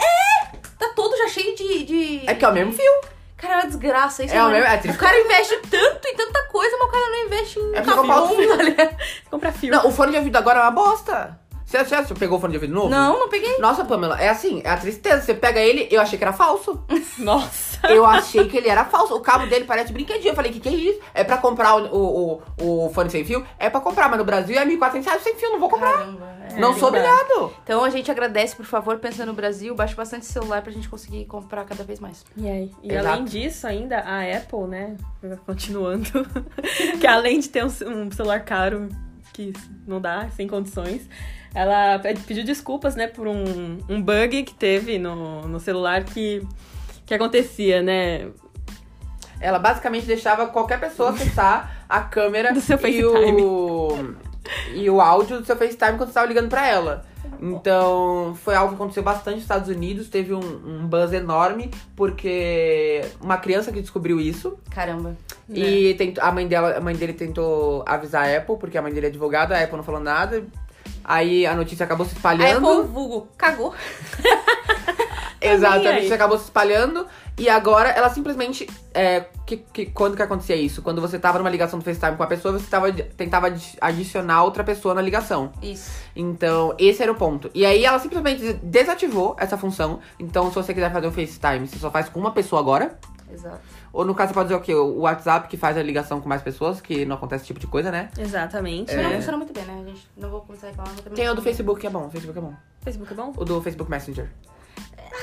S3: tá todo já cheio de... de...
S1: É porque é o mesmo fio.
S3: Cara, é uma desgraça, isso
S1: É
S3: não
S1: o mesmo- é triste.
S3: O cara investe tanto em tanta coisa, mas o cara não investe em
S1: É porque eu falo
S3: cabum,
S1: fio.
S3: tá ligado?
S2: Comprar fio.
S1: Não, o fone de ouvido agora é uma bosta. Você, você, você pegou o fone de ouvido novo?
S3: Não, não peguei.
S1: Nossa, Pamela, é assim, é a tristeza. Você pega ele, eu achei que era falso.
S2: Nossa.
S1: Eu achei que ele era falso. O cabo dele parece brinquedinho. Eu falei, que que é isso? É pra comprar o, o, o, o fone sem fio? É pra comprar, mas no Brasil é 1.400 reais sem fio, não vou comprar.
S3: Caramba, é.
S1: não
S2: tem
S1: sou
S2: que
S1: obrigado.
S3: Então a gente agradece, por favor, pensa no Brasil, baixa bastante celular pra gente conseguir comprar cada vez mais.
S2: E aí? E
S1: Exato.
S2: além disso, ainda a Apple, né? Continuando. que além de ter um, ce- um celular caro que não dá, sem condições, ela pe- pediu desculpas, né, por um, um bug que teve no, no celular que, que acontecia, né?
S1: Ela basicamente deixava qualquer pessoa acessar a câmera
S2: Do seu
S1: e o e o áudio do seu FaceTime quando você tava ligando pra ela. Então, foi algo que aconteceu bastante nos Estados Unidos, teve um, um buzz enorme, porque uma criança que descobriu isso,
S3: Caramba.
S1: e tentou- a, mãe dela, a mãe dele tentou avisar a Apple, porque a mãe dele é advogada, a Apple não falou nada, aí a notícia acabou se
S3: A
S1: espalhando.
S3: Apple é vulgo cagou.
S1: Exato, a
S2: aí.
S1: gente acabou se espalhando. E agora ela simplesmente. é, que, que- quando que acontecia isso? Quando você tava numa ligação do FaceTime com a pessoa, você tava, tentava adi- adicionar outra pessoa na ligação.
S3: Isso.
S1: Então, esse era o ponto. E aí ela simplesmente desativou essa função. Então, se você quiser fazer um FaceTime, você só faz com uma pessoa agora.
S3: Exato.
S1: Ou no caso, você pode dizer o quê? O WhatsApp que faz a ligação com mais pessoas, que não acontece esse tipo de coisa, né?
S2: Exatamente.
S3: Isso não
S2: né?
S3: funciona muito bem, né? A gente não vou começar a reclamar. mas também
S1: Tem o
S3: não
S1: do Facebook que é bom, o Facebook é bom.
S2: Facebook é bom?
S1: O do Facebook Messenger.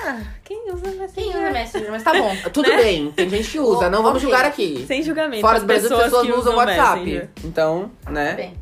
S2: Ah, quem usa Messenger?
S3: Quem usa Messenger, mas tá bom.
S1: Tudo bem, tem gente que usa, não vamos
S3: Ok.
S1: julgar aqui.
S2: Sem julgamento.
S1: Fora
S2: as
S1: do Brasil, as pessoas
S2: que
S1: não usam WhatsApp.
S2: Messenger.
S1: Então, né?
S3: Tudo bem.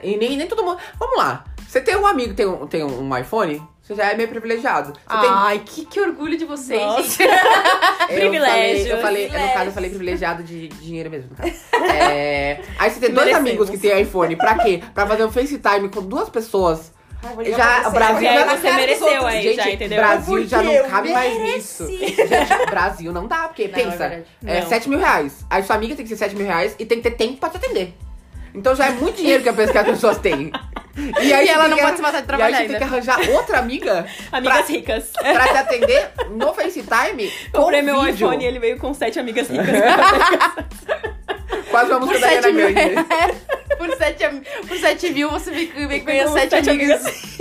S1: É, e nem, nem todo mundo. Vamos lá. Você tem um amigo que tem um, tem um iPhone? Você já é meio privilegiado. Você
S2: Ah,
S3: Ai, que, que orgulho de vocês,
S2: Nossa.
S3: gente.
S1: tem, eu
S2: privilégio,
S1: falei- Eu falei, no caso, eu
S3: privilégio.
S1: falei privilegiado de dinheiro mesmo. no caso. É, aí você tem dois
S2: Merecemos.
S1: amigos que tem iPhone. Pra quê? Pra fazer um FaceTime com duas pessoas.
S3: Ai, vou ligar
S1: Já,
S3: pra
S1: Brasil
S3: você.
S2: Porque aí
S1: já
S2: você mereceu aí,
S1: gente,
S2: já, entendeu?
S1: Brasil já
S3: Porque
S1: não
S3: eu
S1: cabe mais
S3: mereci.
S1: nisso. Gente, Brasil não dá, porque
S3: Não, é
S1: pensa,
S3: verdade.
S1: é
S2: Não.
S1: 7 mil reais. Aí sua amiga tem que ser 7 mil reais e tem que ter tempo pra te atender. Então já é muito dinheiro que a pessoa- que as pessoas têm. E aí
S4: E ela
S1: você
S4: não
S1: tem que-
S4: pode se matar de
S1: E
S4: trabalhar
S1: aí você tem
S4: ainda.
S1: que arranjar outra amiga
S2: Amigas ricas.
S1: pra te atender no FaceTime com
S2: Comprei meu
S1: vídeo.
S2: iPhone e ele veio com sete amigas ricas.
S1: Quase uma
S4: Por
S1: música da Ariana
S4: sete mil.
S1: Grande.
S4: por, sete, am- por sete mil, você fica- vem
S2: Veio
S4: com
S2: com
S4: sete, amigas.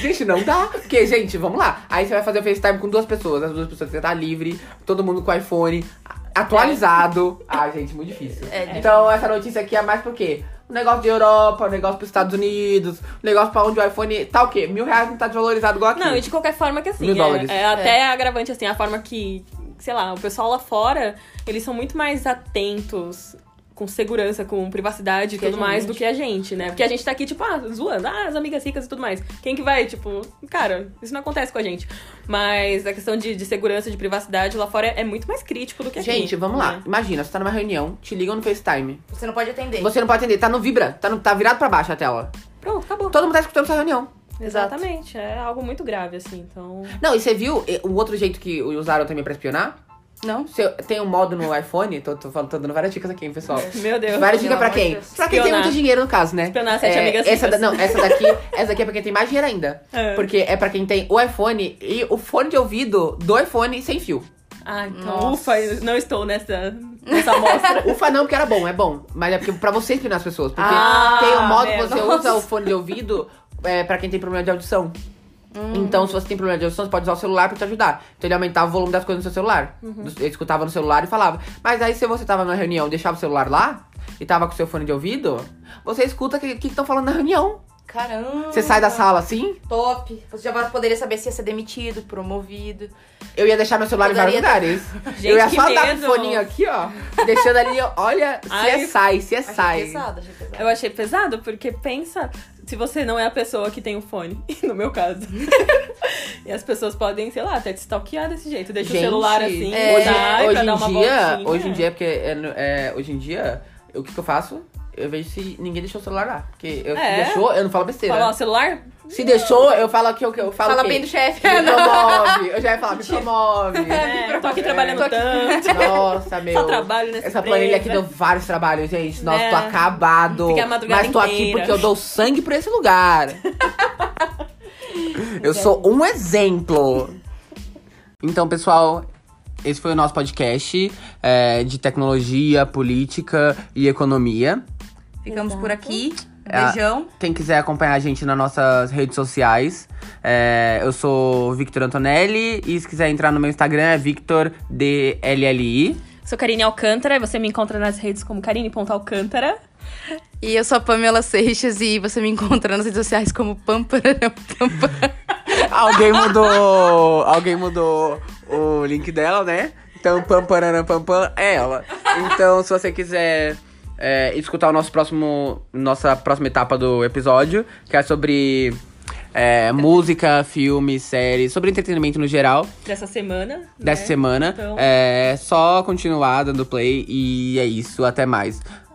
S1: Gente, não dá. Porque, gente, vamos lá. Aí você vai fazer o FaceTime com duas pessoas. As duas pessoas você tá livre, todo mundo com iPhone,
S2: É.
S1: atualizado. Ah, gente, muito difícil.
S4: É,
S2: né?
S4: difícil.
S1: então, essa notícia aqui é mais por quê? Um negócio de Europa, um negócio pros Estados Unidos, um negócio pra onde o iPhone tá o quê? Mil reais não tá desvalorizado igual aqui.
S2: Não, e de qualquer forma que assim,
S1: Mil dólares.
S2: é, é até agravante assim, a forma que, sei lá, o pessoal lá fora, eles são muito mais atentos com segurança, com privacidade e
S4: Que a
S2: tudo mais
S4: gente.
S2: do que a gente, né? Porque a gente tá aqui, tipo, ah, zoando, ah, as amigas ricas e tudo mais. Quem que vai, tipo, cara, isso não acontece com a gente. Mas a questão de, de segurança, de privacidade lá fora é, é muito mais crítico do que aqui.
S1: Gente, vamos lá.
S2: né?
S1: Imagina, você tá numa reunião, te ligam no FaceTime.
S3: Você não pode
S2: É.
S3: atender.
S1: Você não pode atender, tá no vibra, tá, no- tá virado pra baixo a tela.
S2: Pronto, acabou.
S1: Todo mundo tá escutando sua reunião.
S4: Exato.
S2: Exatamente, é algo muito grave, assim, então...
S1: Não, e você viu eh, o outro jeito que usaram também pra espionar?
S3: Não?
S1: Você tem um modo no iPhone, tô, tô, falando- tô dando várias dicas aqui, hein, pessoal.
S2: Meu Deus.
S1: Várias dicas
S3: Pelo
S1: pra
S3: amor de
S1: quem?
S3: Deus.
S1: Pra quem tem
S2: Espionar.
S1: muito dinheiro, no caso, né?
S2: Espionar sete amigas
S1: essa da-
S2: ricas.
S1: Não, essa daqui, essa daqui é pra quem tem mais dinheiro ainda.
S2: É.
S1: Porque é pra quem tem o iPhone e o fone de ouvido do iPhone sem fio.
S2: Ah, então,
S3: Nossa.
S2: ufa, eu não estou nessa, nessa amostra.
S1: Ufa, não, porque era bom, é bom. Mas é porque pra você espionar as pessoas. Porque
S2: Ah,
S1: tem um modo que
S2: é,
S1: você
S2: nossa.
S1: usa o fone de ouvido é, pra quem tem problema de audição.
S2: Hum.
S1: Então, se você tem problema de audição, você pode usar o celular pra te ajudar. Então, ele aumentava o volume das coisas no seu celular.
S2: Uhum.
S1: Ele escutava no celular e falava. Mas aí, se você tava na reunião e deixava o celular lá, e tava com o seu fone de ouvido, você escuta o que estão falando na reunião.
S3: Caramba.
S1: Você
S2: Uhum.
S1: sai da sala assim,
S3: Top. Você já vai- poderia saber se ia ser demitido, promovido.
S1: eu ia deixar meu celular em vários lugares.
S2: Gente,
S1: eu ia
S2: que
S1: só dar um
S2: medo.
S1: foninho aqui, ó. Deixando ali, olha, é
S2: Ai, é
S1: CSI,
S3: Achei
S1: CSI.
S3: pesado, achei pesado.
S2: Eu achei pesado, porque pensa se você não é a pessoa que tem o fone, no meu caso. e as pessoas podem, sei lá, até te stalkear desse jeito. Deixa o celular assim,
S1: é,
S2: sai
S1: hoje
S2: pra
S1: em
S2: dar uma
S1: dia,
S2: voltinha.
S1: Hoje em dia, porque é no- é, hoje em dia, o que, que eu faço? Eu vejo se ninguém deixou o celular lá. Porque eu, se
S2: É. assim,
S1: deixou, eu não falo besteira.
S2: Falar, ó, celular?
S1: Se deixou, eu falo aqui o que eu falo.
S3: Fala
S1: o quê?
S3: bem do chefe.
S1: Me promove. Eu já ia falar, me promove.
S2: É, tô aqui
S1: É,
S2: trabalhando
S1: tô aqui-
S2: tanto.
S1: Nossa, meu.
S2: Só trabalho nessa
S1: Essa planilha aqui
S2: empresa.
S1: deu vários trabalhos, gente. Nossa,
S2: Né?
S1: tô acabado.
S2: Fiquei a madrugada
S1: Mas tô aqui
S2: inteira.
S1: porque eu dou sangue pra esse lugar. eu sou um exemplo. Então, pessoal, esse foi o nosso podcast é, de tecnologia, política e economia.
S3: Ficamos por aqui.
S4: É.
S1: Ah.
S3: Beijão.
S1: Quem quiser acompanhar a gente nas nossas redes sociais, é, eu sou Victor Antonelli. E se quiser entrar no meu Instagram, é VictorDLLI.
S2: Sou Karine Alcântara, você me encontra nas redes como Karine.alcântara.
S4: E eu sou a Pamela Seixas e você me encontra nas redes sociais como Pampararão Pampa.
S1: Alguém mudou. Alguém mudou o link dela, né? Então, pam, pararam, pam, pam, é ela. Então, se você quiser é, escutar o nosso próximo. Nossa próxima etapa do episódio, que é sobre é, música, filmes, séries, sobre entretenimento no geral,
S2: Dessa semana.
S1: dessa
S2: né?
S1: semana.
S2: Então-
S1: É só continuar dando play e é isso. Até mais.